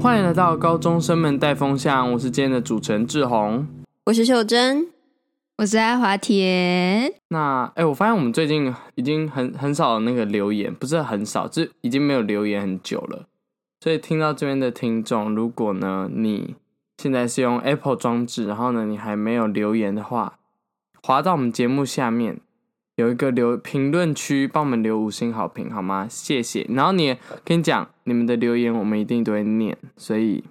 欢迎来到高中生们带风向，我是今天的主持人志宏。我是秀珍，我是爱华田，那哎、我发现我们最近已经很很少有那个留言，不是很少，就是已经没有留言很久了。所以听到这边的听众，如果呢你现在是用 Apple 装置，然后呢你还没有留言的话，滑到我们节目下面有一个留评论区，帮我们留五星好评好吗？谢谢。然后你跟你讲，你们的留言我们一定都会念，所以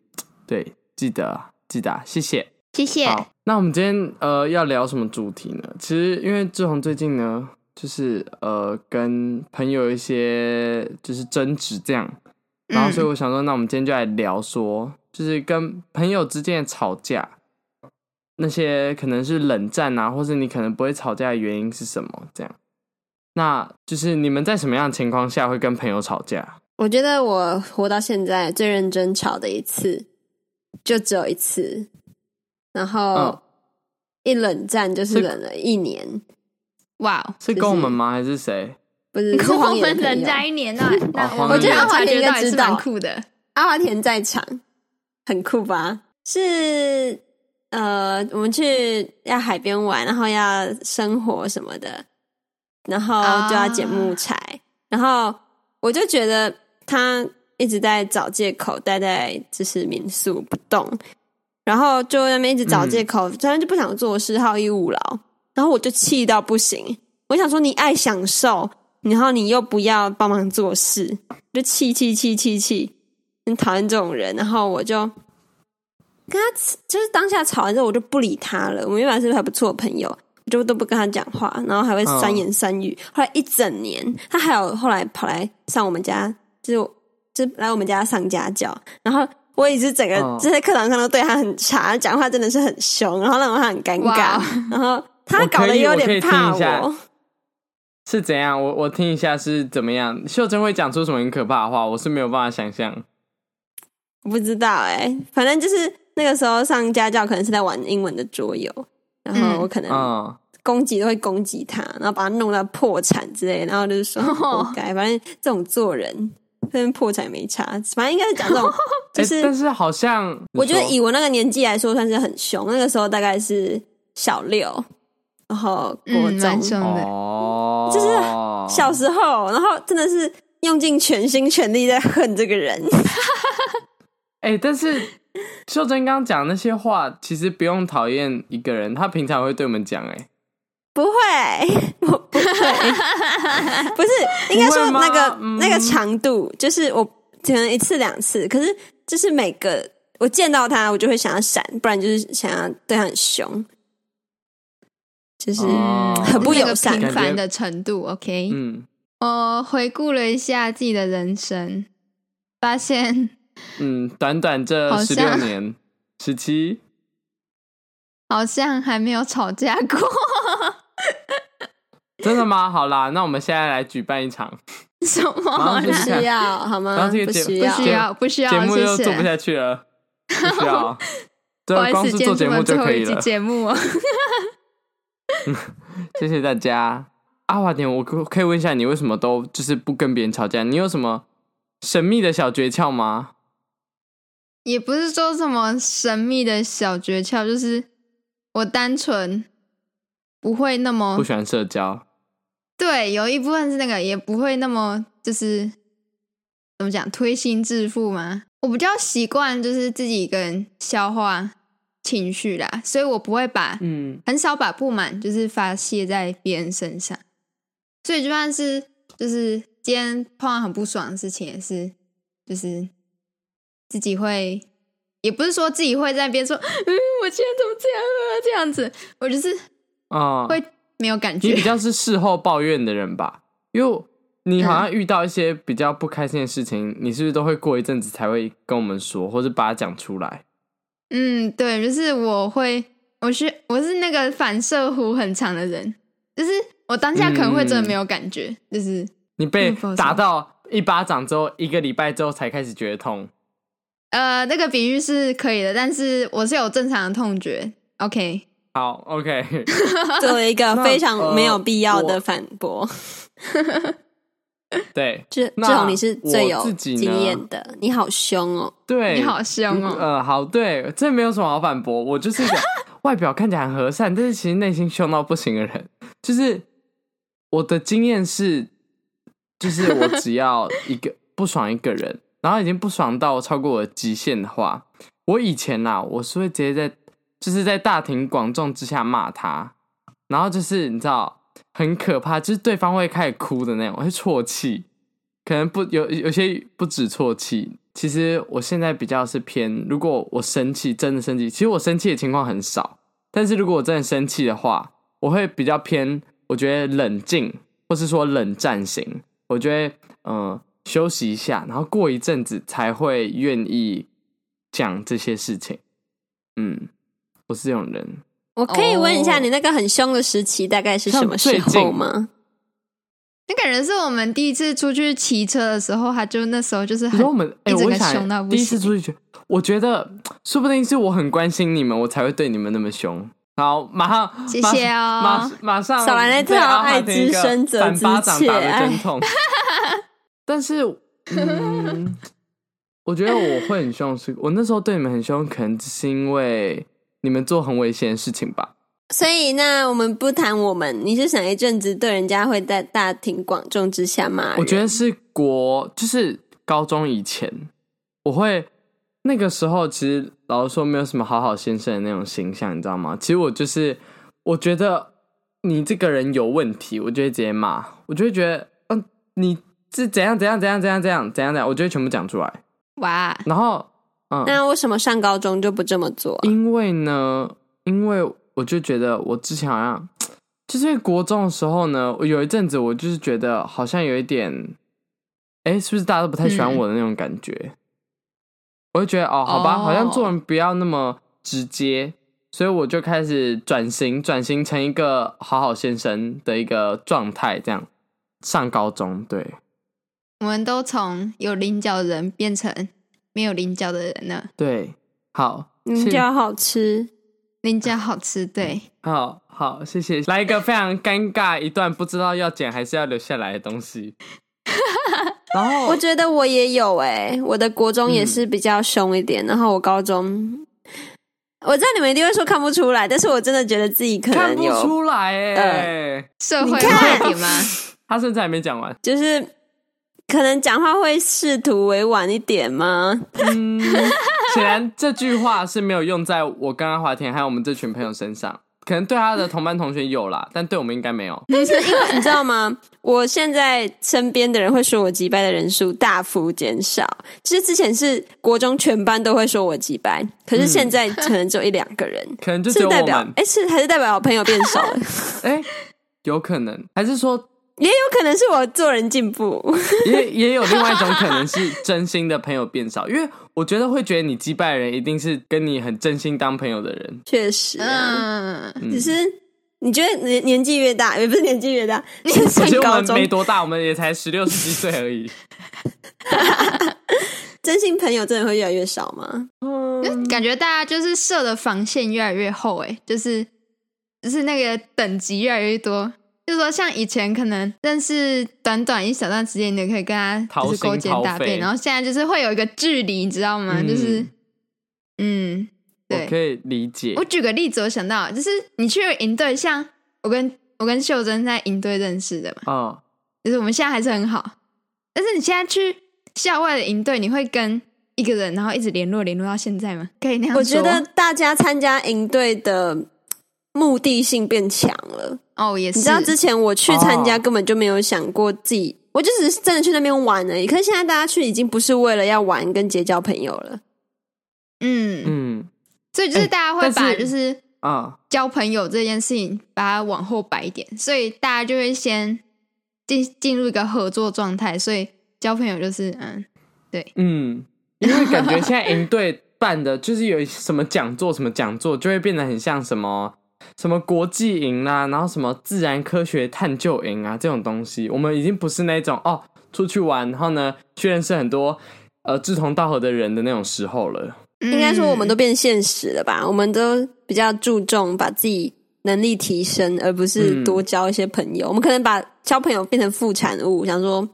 对，记得记得啊，谢谢。谢谢。好，那我们今天呃要聊什么主题呢？其实因为志宏最近呢，就是呃跟朋友有一些就是争执这样，然嗯后所以我想说，那我们今天就来聊说，就是跟朋友之间的吵架，那些可能是冷战啊，或是你可能不会吵架的原因是什么？这样，那就是你们在什么样的情况下会跟朋友吵架？我觉得我活到现在最认真吵的一次，就只有一次，然嗯后一冷战就是是冷了一年，哇哦，是就是跟我们吗？还是谁？不是你是跟我荒野们的朋冷友战一年那那哦们我觉没得有阿华察田觉应该到也是知道蛮酷的。阿华田在场，很酷吧？是呃，我们去要海边玩，然后要生火什么的，然后就要捡木柴，然后我就觉得他一直在找借口待在就是民宿不动，然后就在那边一直找借口，反正就不想做事，好逸恶劳，然后我就气到不行，我想说你爱享受，然后你又不要帮忙做事，就气气气气气，很讨厌这种人。然后我就跟他吵就是当下吵完之后，我就不理他了。我们原本是还不错的朋友，我就都不跟他讲话，然后还会三言三语。后来一整年，他还有后来跑来上我们家，就是就是来我们家上家教，然后。我也是整个嗯就在课堂上都对他很差，讲话真的是很凶，然后让我很尴尬哇。然后他我可以搞得有我点怕可以听一下我是怎样？我我听一下是怎么样。秀珍会讲出什么很可怕的话，我是没有办法想象。我不知道哎、反正就是那个时候上家教，可能是在玩英文的桌游，然后嗯我可能嗯，攻击都会攻击他，然后把他弄到破产之类，然后就是 说哦活该，反正这种做人，跟破产也没差，反正应该是讲这种，就诶是哎但是好像我觉得你说以我那个年纪来说，算是很凶。那个时候大概是小六，然后国嗯，蛮中，凶的。哦，嗯就是小时候，然后真的是用尽全心全力在恨这个人。哎、但是秀珍刚刚讲那些话，其实不用讨厌一个人，他平常会对我们讲、哎，不会， 我不会， 不是应该说不会吗那个、嗯那个长度，就是我可能一次两次，可是就是每个我见到他，我就会想要闪，不然就是想要对他很凶，就是、哦嗯很不友善就是那个频感觉繁的程度，OK。嗯我回顾了一下自己的人生，发现嗯，短短这好十六像年，十七，好像还没有吵架过。 真的吗？好啦，那我们现在来举办一场，什么马上就不是啦？需要好然吗？后这嗯不个节需不要，需要，不需节要，目谢又做不谢。下去了，不 需要，不对啊好，光意是思，做今天是节我目们就最后可以一集了。节目哦。谢谢大家。阿华田，我可可以问一下，你为什么都就是不跟别人吵架？你有什么神秘的小诀窍吗？也不是说什么神秘的小诀窍，就是我单纯不会那么不喜欢社交，对，有一部分是那个也不会那么就是怎么讲推心置腹嘛。我比较习惯就是自己一个人消化情绪啦，所以我不会把嗯，很少把不满就是发泄在别人身上，所以就算是就是今天碰到很不爽的事情，也是就是自己会，也不是说自己会在那边说，嗯，我今天怎么这样啊这样子，我就是哦、会没有感你比觉，较是事后抱怨的人吧？因为你好像遇到一些比较不开心的事情，你是不是都会过一阵子才会跟我们说，或是把它讲出来？嗯，对，就是我会，我是我是那个反射弧很长的人，就是我当下可能会真的没有感觉，就是你被嗯不好意思打到一巴掌之后，一个礼拜之后才开始觉得痛。呃，那个比喻是可以的，但是我是有正常的痛觉，OK。好，OK， 作为一个那非常没有必要呃的我反驳。对志那志宏，你是最我有自己呢经验的，你好凶哦！对，你好凶如哦！呃，好，对，这没有什么好反驳。我就是一个外表看起来很和善，但是其实内心凶到不行的人。就是我的经验是，就是我只要一个不爽一个人，然后已经不爽到超过我的极限的话，我以前呐、我是会直接在就是在大庭广众之下骂他，然后就是你知道很可怕，就是对方会开始哭的那种，会啜泣，可能不有有些不止啜泣。其实我现在比较是偏，如果我生气，真的生气，其实我生气的情况很少，但是如果我真的生气的话，我会比较偏，我觉得冷静，或是说冷战型，我觉得嗯、呃休息一下，然后过一阵子才会愿意讲这些事情。嗯，我是这种人，我可以问一下，哦你那个很凶的时期大概是什么时像最候近吗？那个人是我们第一次出去骑车的时候，他就那时候就是可很是我们哎、一整我个凶到想不第一次行。出去，我觉得说不定是我很关心你们，我才会对你们那么凶。好，马上谢谢哦马马马上少来那被套阿华爱田一之个深责反之巴掌打切的哎真 痛。但是，嗯，我觉得我会很凶，是我那时候对你们很凶，可能只是因为你们做很危险的事情吧。所以那我们不谈我们，你是哪一阵子对人家会在大庭广众之下骂人？我觉得是国，就是高中以前，我会那个时候其实老实说没有什么好好先生的那种形象，你知道吗？其实我就是我觉得你这个人有问题，我就会直接骂，我就会觉得嗯、你是怎样怎样怎样怎样怎样怎样怎样，我就会全部讲出来。哇，然后嗯，那为什么上高中就不这么做？因为呢，因为我就觉得我之前好像就是因为国中的时候呢，我有一阵子我就是觉得好像有一点，哎、是不是大家都不太喜欢我的那种感觉？我就觉得哦，好吧，哦好像做人不要那么直接，所以我就开始转型，转型成一个好好先生的一个状态，这样上高中对。我们都从有菱角的人变成没有菱角的人了。对，好，你是比较好吃，菱角好吃，对，好好，谢谢。来一个非常尴尬一段，不知道要剪还是要留下来的东 西。然后我觉得我也有哎、我的国中也是比较凶一嗯点，然后我高中，我知道你们一定会说看不出来，但是我真的觉得自己可看能不有，嗯出来哎、社会你化看一点吗？他甚至还没讲完。就是可能讲话会试图委婉一点吗？嗯，显然这句话是没有用在我跟阿华田还有我们这群朋友身上，可能对他的同班同学有啦，但对我们应该没有。但是因为 你知道吗？我现在身边的人会说我击败的人数大幅减少，就是之前是国中全班都会说我击败，可是现在可能只有一两个人，可 能就是只不有我是代表们，哎、是还是代表我朋友变少 了，哎、有可能，还是说也有可能是我做人进步。 也也有另外一种可能是真心的朋友变少，因为我觉得会觉得你击败的人一定是跟你很真心当朋友的人。确实、啊，嗯，嗯只是你觉得年年纪越大，也不是年纪越大，是我上觉得我高们中没多大，我们也才十六十七岁而 已。真心朋友真的会越来越少吗？嗯，感觉大家就是设的防线越来越厚、欸，哎，就是就是那个等级越来越多。就是说，像以前可能认识短短一小段时间，你就可以跟他就是勾肩搭掏心掏肺背，然后现在就是会有一个距离，你知道吗？就是嗯，对，我可以理解我。举个例子，我想到就是你去营队，像我跟我跟秀珍在营队认识的嘛，哦，就是我们现在还是很好。但是你现在去校外的营队，你会跟一个人然后一直联络联络到现在吗？可以那样说我觉得大家参加营队的目的性变强了。哦，也是，你知道之前我去参加，哦根本就没有想过自己，我就只是真的去那边玩而已。可是现在大家去已经不是为了要玩跟结交朋友了，嗯，嗯所以就是哎大家会把但是就是啊，交朋友这件事情把它往后摆一点，所以大家就会先进进入一个合作状态，所以交朋友就是嗯，嗯，因为感觉现在营队办的，就是有什么讲座，什么讲座就会变得很像什么什么国际营啦、然后什么自然科学探究营啊这种东西，我们已经不是那种哦出去玩，然后呢去认识很多呃志同道合的人的那种时候了。应该说我嗯们都。都变现实了吧？我们都比较注重把自己能力提升，而不是嗯多交一些朋友。我们可能把交朋友变成副产物，想说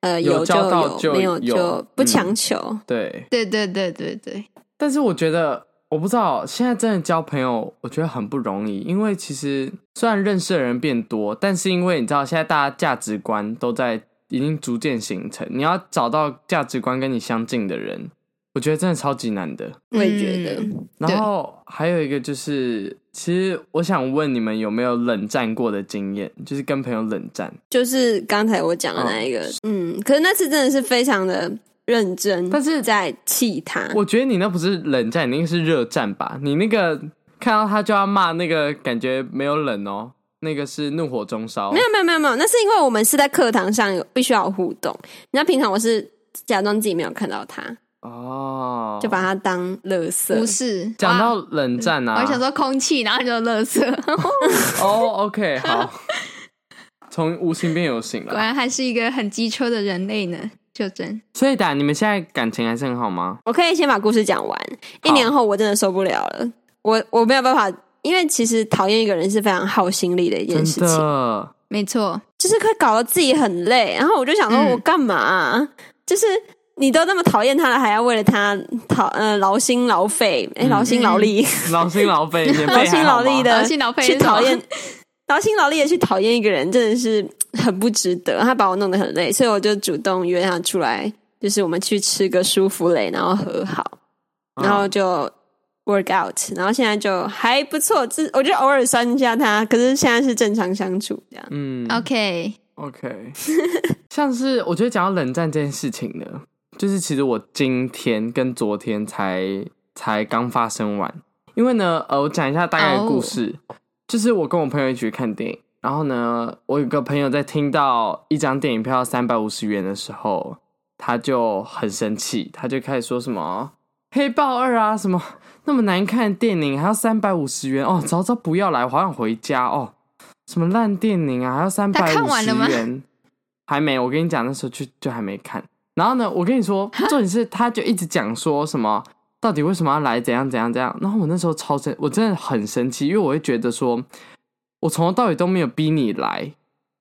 呃，有就交到就没有有就不嗯强求。对，对对对对对，但是我觉得，我不知道现在真的交朋友，我觉得很不容易，因为其实虽然认识的人变多，但是因为你知道现在大家价值观都在已经逐渐形成，你要找到价值观跟你相近的人，我觉得真的超级难的。我也觉得嗯然后还有一个就是，其实我想问你们有没有冷战过的经验，就是跟朋友冷战。就是刚才我讲的那一个，哦嗯，可是那次真的是非常的认真，但是在气他。 我觉得你那不是冷战，你那个是热战吧？你那个看到他就要骂，那个感觉没有冷哦，那个是怒火中烧。没有没有没有没有，那是因为我们是在课堂上有必须要有互动，那平常我是假装自己没有看到他，哦，就把他当垃不圾。是讲到哇冷战嗯啊，我还想说空气，然后就垃 圾，哦，OK，好，从无形变有形果了。然还是一个很机车的人类呢，就真所以打，你们现在感情还是很好吗？我可以先把故事讲完，一好年后我真的受不了了，我我没有办法，因为其实讨厌一个人是非常耗心力的一件真事情。的，没错，就是会搞得自己很累。然后我就想说，嗯我干嘛啊、就是你都那么讨厌他了，还要为了他讨呃劳心劳肺，哎、嗯劳心劳力， 劳心劳肺，免费劳心还好劳力吗的劳心劳肺去是什么讨厌， 劳心劳力的去讨厌一个人，真的是很不值得。他把我弄得很累，所以我就主动约他出来，就是我们去吃个舒芙蕾，然后和好，然后嗯就。work out，然后现在就还不错，这我就偶尔酸一下他，可是现在是正常相处这样。嗯哦 OK， OK，像是我觉得讲到冷战这件事情呢，就是其实我今天跟昨天才才刚发生完，因为呢，呃，我讲一下大概的故事就是我跟我朋友一起去看电影，然后呢，我有个朋友在听到一张电影票三百五十元的时候，他就很生气，他就开始说什么《黑豹二》啊，什么那么难看的电影还要三百五十元哦，早知道不要来，我好想回家哦。什么烂电影啊，还要三百他看五完了吗十元？还没，我跟你讲，那时候就就还没看。然后呢，我跟你说，重点是他就一直讲说什么，到底为什么要来，怎样怎样怎样。然后我那时候超生，我真的很生气，因为我会觉得说，我从头到尾都没有逼你来，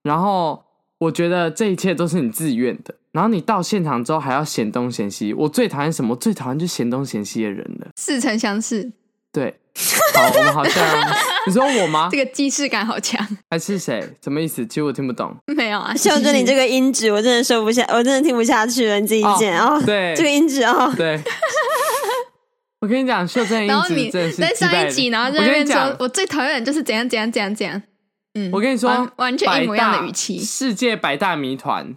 然后我觉得这一切都是你自愿的。然后你到现场之后还要嫌东嫌西，我最讨厌什么？我最讨厌就是嫌东嫌西的人了。似曾相识，对， 好，我们好像你说我吗？这个既视感好强。还是谁？什么意思？其实我听不懂。没有啊，秀珍，你这个个音质我真的受不下，我真的听不下去了，你自己剪哦。对 这个音质哦，对，我跟你讲，秀珍 然一后直你真的是在击败上一人集，然后在那我跟边你说讲，，我最讨厌人就是怎样怎样怎样怎样。嗯，我跟你说完，完全一模一样的语百气大。世界百大谜团，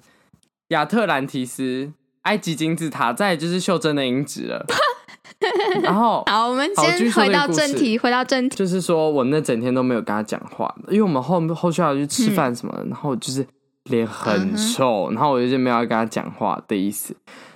亚特兰提斯、埃及金字塔，再来就是秀珍的音质 了。然后好，我们好继续先说回这个到故正事题，回到正题。就是说我那整天都没有跟他讲话，因为我们后后续要去吃饭什么的，然后我就是脸很臭，然后我就是没有要跟他讲话的意思。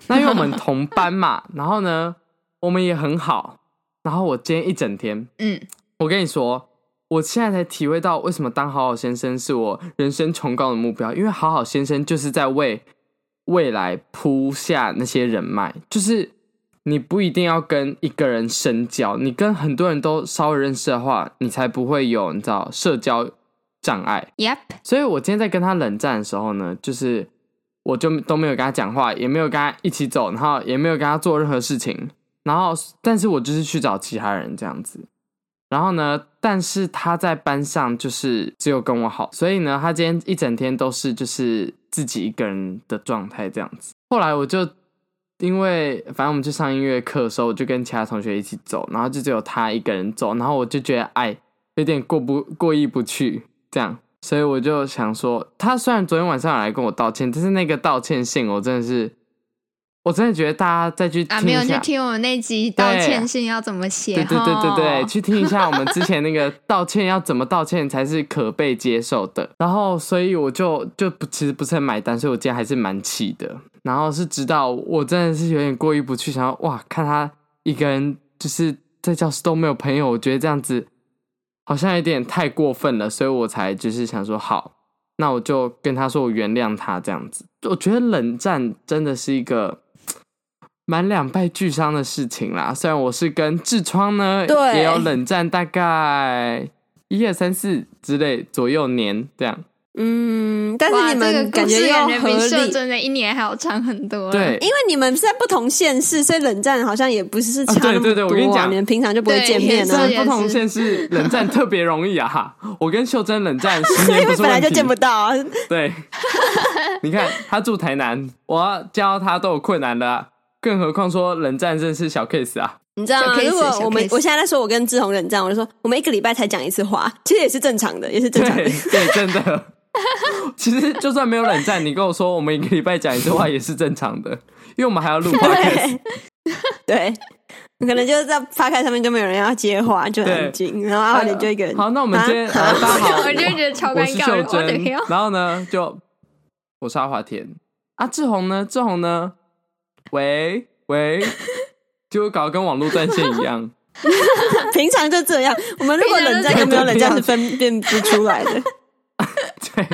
那因为我们同班嘛，然后呢，我们也很好，然后我今天一整天，嗯，我跟你说，我现在才体会到为什么当好好先生是我人生崇高的目标，因为好好先生就是在为未来铺下那些人脉，就是你不一定要跟一个人深交，你跟很多人都稍微认识的话，你才不会有你知道社交障碍。 Yep，所以我今天在跟他冷战的时候呢，就是我就都没有跟他讲话，也没有跟他一起走，然后也没有跟他做任何事情，然后但是我就是去找其他人这样子。然后呢，但是他在班上就是只有跟我好，所以呢，他今天一整天都是就是自己一个人的状态这样子。后来我就因为反正我们去上音乐课的时候，我就跟其他同学一起走，然后就只有他一个人走，然后我就觉得哎，有点过不过意不去这样，所以我就想说，他虽然昨天晚上有来跟我道歉，但是那个道歉信我真的是，我真的觉得大家再去听啊，一下。没有去听我们那集道对歉信要怎么写？对对对对对，吼去听一下我们之前那个道歉要怎么道歉才是可被接受的。 然后，所以我就就不其实不是很买单，所以我今天还是蛮气的。然后是直到我真的是有点过意不去，想要哇，看他一个人就是在教室都没有朋友，我觉得这样子好像有点太过分了，所以我才就是想说好，那我就跟他说我原谅他这样子。我觉得冷战真的是一个蛮两败俱伤的事情啦。虽然我是跟痔疮呢对也有冷战，大概一二三四之类左右年这样。嗯，但是你哇这们个感故事觉又感觉合比秀理，珍的一年还要长很多。对，因为你们是在不同县市，所以冷战好像也不是差啊对那么对多、对我跟你讲你们平常就不会对见面也啊是，不同县市冷战特别容易啊！我跟秀珍冷战十年 因不为是本来问就见不题。到、啊。对， 你看他住台南，我要教他都有困难的啊、更何况说冷战真是小 case 啊！你知道小吗？ case，如果我们小 case 我现在在说我跟志宏冷战，我就说我们一个礼拜才讲一次话，其实也是正常的，也是正对 常的。对，真的。 其实就算没有冷战，你跟我说我们一个礼拜讲一次话也是正常的，因为我们还要录 podcast。对， 对，可能就是在趴开上面就没有人要接话，就很安静，然后阿华田啊就一个人。呃好，那我们今天、啊呃大家 好， 我就觉得超我尴是尬秀的，我的珍天，，啊然后呢，就我是阿华田啊，志宏呢，志宏呢，喂喂，就搞得跟网络断线一样。 平常就这样。我们如果冷战跟没有冷战是分辨不出来的。对，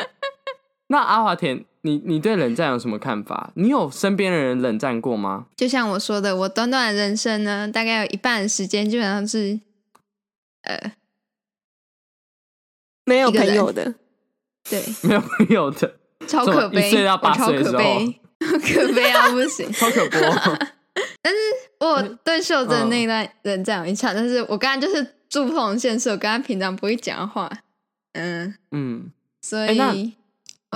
那阿华田，你你对冷战有什么看法？你有身边的人冷战过吗？ 就像我说的，我短短的人生呢，大概有一半的时间基本上是，呃，没有朋友的， 对，没有朋友的，超怎么可悲，一岁到我八超岁的时可候悲， 可悲啊，不行。超可 播。我嗯对秀珍那一段人这样一场，但是我刚刚就是住不同县市，我跟他平常不会讲话，嗯，嗯，所哎以、那我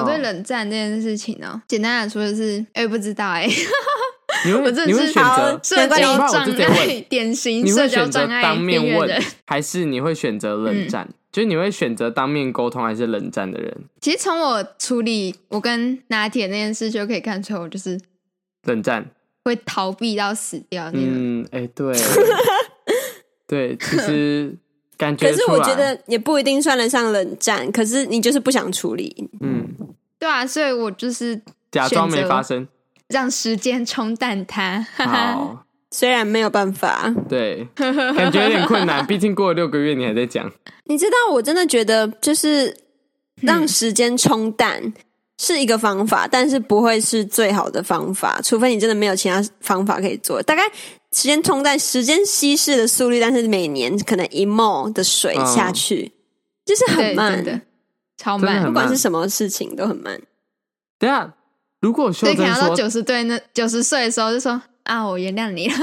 对哦冷战这件事情呢、简单来说就是，哎、不知道哎、 你会我真的你会是选好择社关于交那我障就得碍问，典型你社会交选择障碍当边面缘问人。，还是你会选择冷嗯战？就是你会选择当面沟通，还是冷战的人？其实从我处理我跟拿铁那件事就可以看出来，我就是冷战。会逃避到死掉那种。嗯，哎、对， 对，其实感觉可出是来，我觉得也不一定算得上冷战。可是你就是不想处理，嗯，对啊，所以我就是假装没选择发生，让时间冲淡它。哈哈，好，虽然没有办法。对，感觉有点 困难，毕竟过了六个月你还在讲，你知道，我真的觉得就是让时间冲嗯淡是一个方法，但是不会是最好的方法，除非你真的没有其他方法可以做。大概时间冲淡，时间稀释的速率，但是每年可能一梦的水嗯下去，就是很哦对，真慢的超真的慢很不。管是什么事情都很慢。等一下。如果秀所以可珍能要到说，九十岁那九十岁的时候就说啊，我原谅你了。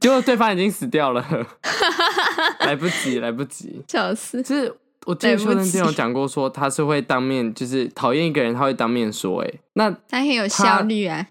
结果对方已经死掉了， 来不及，来不及。笑死！就是我记来得不秀珍之前有及讲过，说他是会当面，就是讨厌一个人，他会当面说、哎，那他很有效率啊。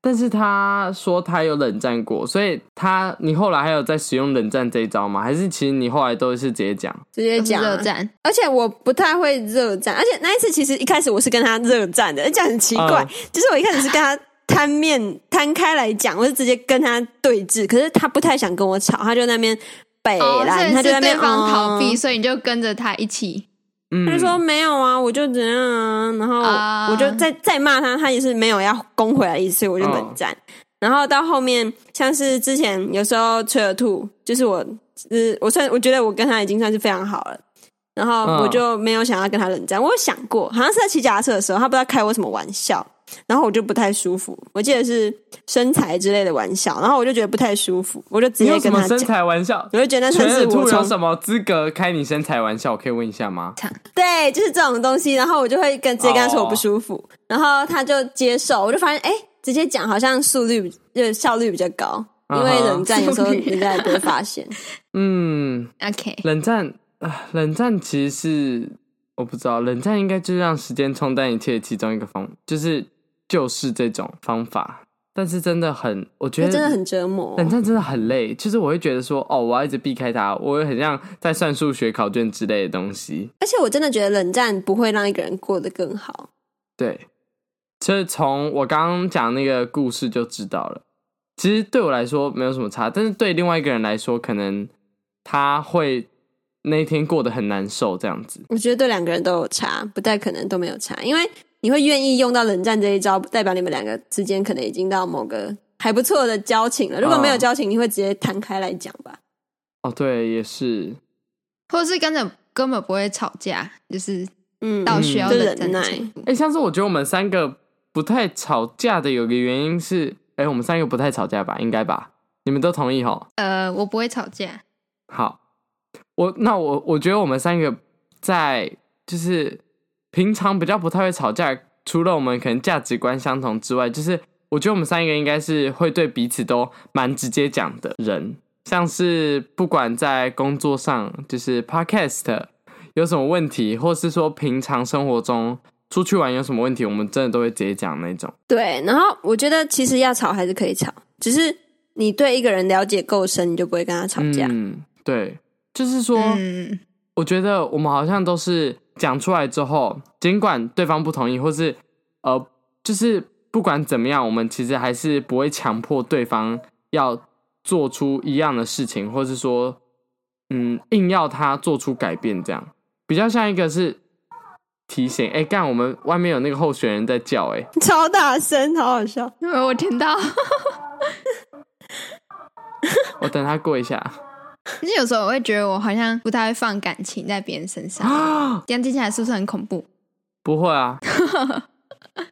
但是他说他有冷战过，所以他你后来还有在使用冷战这一招吗？还是其实你后来都是直接讲？直接就讲啊热战，而且我不太会热战，而且那一次其实一开始我是跟他热战的，而且很奇怪，嗯就是我一开始是跟他 摊面摊开来讲，我是直接跟他对峙，可是他不太想跟我吵，他就在那边北哦，啦，所以他是就在那对边方逃避，哦所以你就跟着他一起。嗯，他就说没有啊，我就怎样啊，然后啊我就再再骂他，他也是没有要攻回来的意思，所以嗯我就冷战。然后到后面，像是之前有时候吹了吐，就是我，呃，我算我觉得我跟他已经算是非常好了，然后嗯我就没有想要跟他冷战。我有想过，好像是在骑脚踏车的时候，他不知道开我什么玩笑，然后我就不太舒服。我记得是身材之类的玩笑，然后我就觉得不太舒服，我就直你接有什跟么他身讲，材玩 笑？我就觉得那全算是尔我兔有从什么资格开你身材玩笑？我可以问一下吗？对，就是这种东西，然后我就会跟直接跟他说我不舒服，哦然后他就接受，我就发现哎，诶直接讲好像速率就是效率比较高，因为嗯哼冷战有时候速率人家也不会发现。 嗯， OK，冷战啊，冷战其实是我不知道，冷战应该就是让时间冲淡一切的其中一个方，就是就是这种方法。但是真的很，我觉啊那得真的很折磨。冷战真的很累，就是我会觉得说，哦，我要一直避开它，我会很像在算数学考卷之类的东西。而且我真的觉得冷战不会让一个人过得更好。对，所以从我刚刚讲那个故事就知道了。其实对我来说没有什么差，但是对另外一个人来说，可能他会那一天过得很难受，这样子。我觉得对两个人都有差，不太可能都没有差，因为你会愿意用到冷战这一招，代表你们两个之间可能已经到某个还不错的交情了。如果没有哦嗯交情，你会直接摊开来讲吧？哦，对，也是，或者是根本根本不会吵架，就是嗯，到需要就冷忍战的程耐。度。哎，像是我觉得我们三个不太吵架的有个原因是，哎，我们三个不太吵架吧？应该吧？你们都同意吼？呃，我不会吵架，好，我那我我觉得我们三个在就是平常比较不太会吵架，除了我们可能价值观相同之外，就是我觉得我们三个应该是会对彼此都蛮直接讲的人，像是不管在工作上，就是 podcast 有什么问题，或是说平常生活中出去玩有什么问题，我们真的都会直接讲那种。对，然后我觉得其实要吵还是可以吵，只是你对一个人了解够深，你就不会跟他吵架。嗯，对，就是说。嗯，我觉得我们好像都是讲出来之后，尽管对方不同意，或是呃，就是不管怎么样，我们其实还是不会强迫对方要做出一样的事情，或是说，嗯，硬要他做出改变，这样比较像一个是提醒，哎，干，我们外面有那个候选人在叫、诶哎， 超大声，好好笑。因为我听到， 我等他过一下其实有时候我会觉得我好像不太会放感情在别人身上，啊，这样听起来是不是很恐怖？不会啊，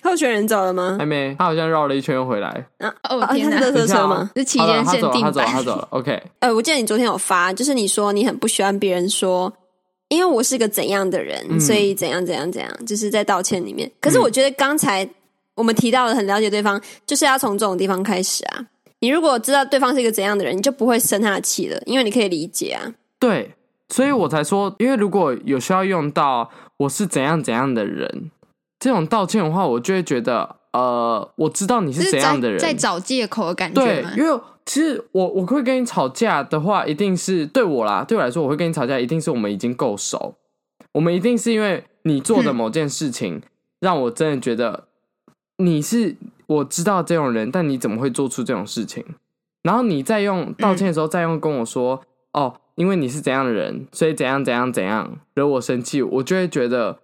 候选人走了吗？还没，他好像绕了一圈又回来，哦啊，天他哪，是这等一热车下车哦吗？是期好了间限定他版，走了，他走了，他走了，OK，呃，我记得你昨天有发，就是你说你很不喜欢别人说，因为我是个怎样的人，嗯所以怎样怎样怎样，就是在道歉里面。可是我觉得刚才我们提到的很了解对方，就是要从这种地方开始啊。你如果知道对方是一个怎样的人，你就不会生他的气了，因为你可以理解啊。对，所以我才说，因为如果有需要用到我是怎样怎样的人这种道歉的话，我就会觉得，呃，我知道你就是是怎样的在人，在找借口的感觉对吗，？因为其实我我会跟你吵架的话，一定是对我啦，对我来说，我会跟你吵架，一定是我们已经够熟，我们一定是因为你做的嗯某件事情，让我真的觉得你是我知道这种人，但你怎么会做出这种事情？然后你再嗯用道歉的时候，再用跟我说、哦，因为你是怎样的人，所以怎样怎样怎样惹我生气，我就会觉得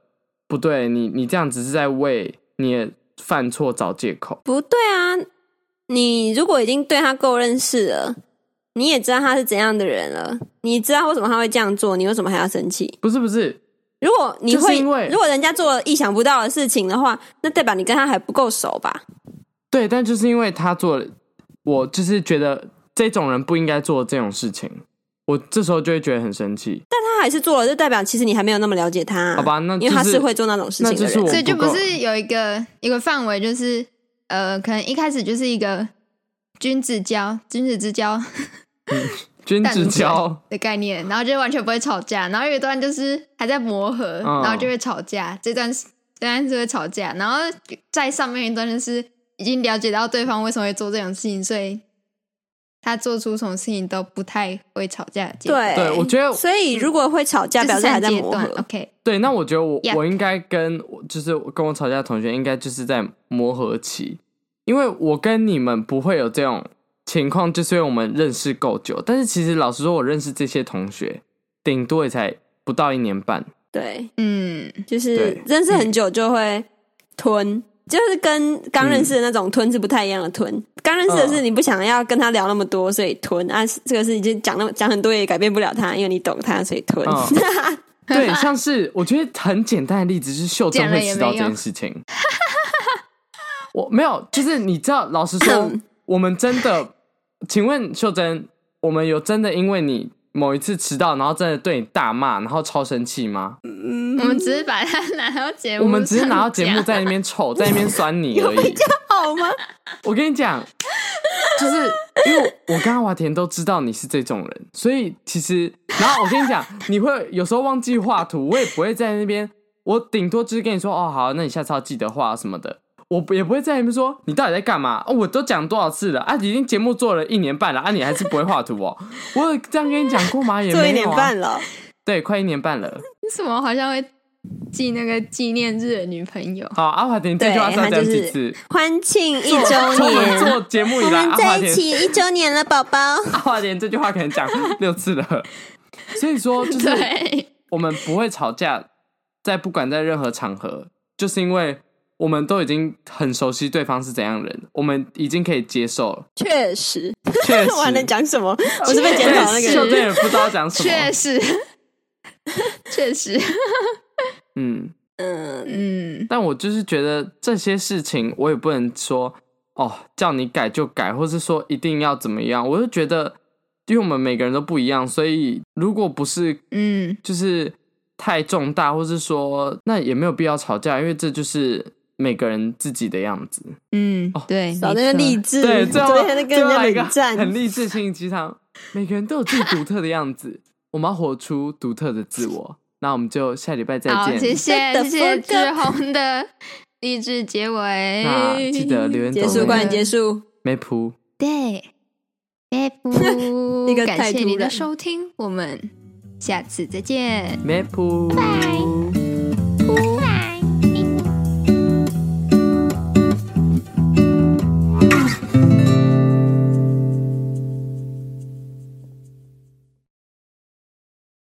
不对，你你这样只是在为你的犯错找借口。不对啊，你如果已经对他够认识了，你也知道他是怎样的人了，你知道为什么他会这样做，你为什么还要生气？不是不是，如果你就是会，因为如果人家做了意想不到的事情的话，那代表你跟他还不够熟吧？对，但就是因为他做了，我就是觉得这种人不应该做这种事情，我这时候就会觉得很生气，他还是做了，就代表其实你还没有那么了解他、好，吧？那、就是、因为他是会做那种事情的那就是人。我所以就不不够是有一个一个范围，就是呃，可能一开始就是一个君子交、君子之交君淡子出交，的概念，然后就完全不会吵架，然后有一段就是还在磨合，嗯然后就会吵架，这段是这段是会吵架，然后在上面一段就是已经了解到对方为什么会做这种事情，所以他做出什么事情都不太会吵架的结果。对，对我觉得所以如果会吵架，就表是示还三在阶磨段合。 ，OK，对，那我觉得我 Yep 我应该跟就是跟我吵架的同学，应该就是在磨合期，因为我跟你们不会有这种情况，就是因为我们认识够久。但是其实老实说，我认识这些同学，顶多也才不到一年半。对，嗯，就是对认识很久就会吞，就是跟刚认识的那种吞是不太一样的吞。刚认识的是你不想要跟他聊那么多，所以吞啊。这个是已经讲那么讲很多也改变不了他，因为你懂他，所以吞。嗯 对，像是我觉得很简单的例子就是袖珍会迟到这件事情。 我没有，就是你知道，老实说，我们真的，请问秀珍，我们有真的因为你某一次迟到，然后真的对你大骂，然后超生气吗？我们只是把它拿到节目，我们只是拿到节目，在那边 臭，在那边酸你而已。好吗？我跟你讲，就是因为我跟阿华田都知道你是这种人，所以其实，然后我跟你讲，你会有时候忘记画图，我也不会在那边，我顶多就是跟你说，哦，好，那你下次要记得画什么的。我不也不会在那边说你到底在干嘛、哦？我都讲多少次了啊！已经节目做了一年半了啊，你还是不会画图哦？我有这样跟你讲过吗？也没有、 做啊、一年半，了，对，快一年半了。为什么好像会记那个纪念日的女朋友？好，阿华田这句话是要对他讲就几是次？欢庆一做周做年，做节目以我来，们阿华在一田起一周年了，宝宝。 阿华田这句话可能讲六次了， 所以说就是对，我们不会吵架，在不管在任何场合，就是因为我们都已经很熟悉对方是怎样的人，我们已经可以接受 了。确实，确我还能实，讲什么？我是被检讨的那个确实就人。对人不知道讲什确么。实， 确实，嗯，嗯，嗯，但我就是觉得这些事情，我也不能说哦，叫你改就改，或是说一定要怎么样。我就觉得，因为我们每个人都不一样，所以如果不是嗯，就是太重大，或是说那也没有必要吵架，因为这就是每个人自己的样子。嗯哦，对，搞没那错个励志，对，最后昨天还在跟人最后家来一个冷战，很励志心灵鸡汤。每个人都有自己独特的样子，我们要活出独特的自我。那我们就下礼拜再好，见。谢谢 What 谢 the 谢 fuck？志宏的励志结尾那，记得留言结抖内束，快点结束，没谱，对，佩 服那个感太谢突你的然收听，我们下次再见。没谱，拜。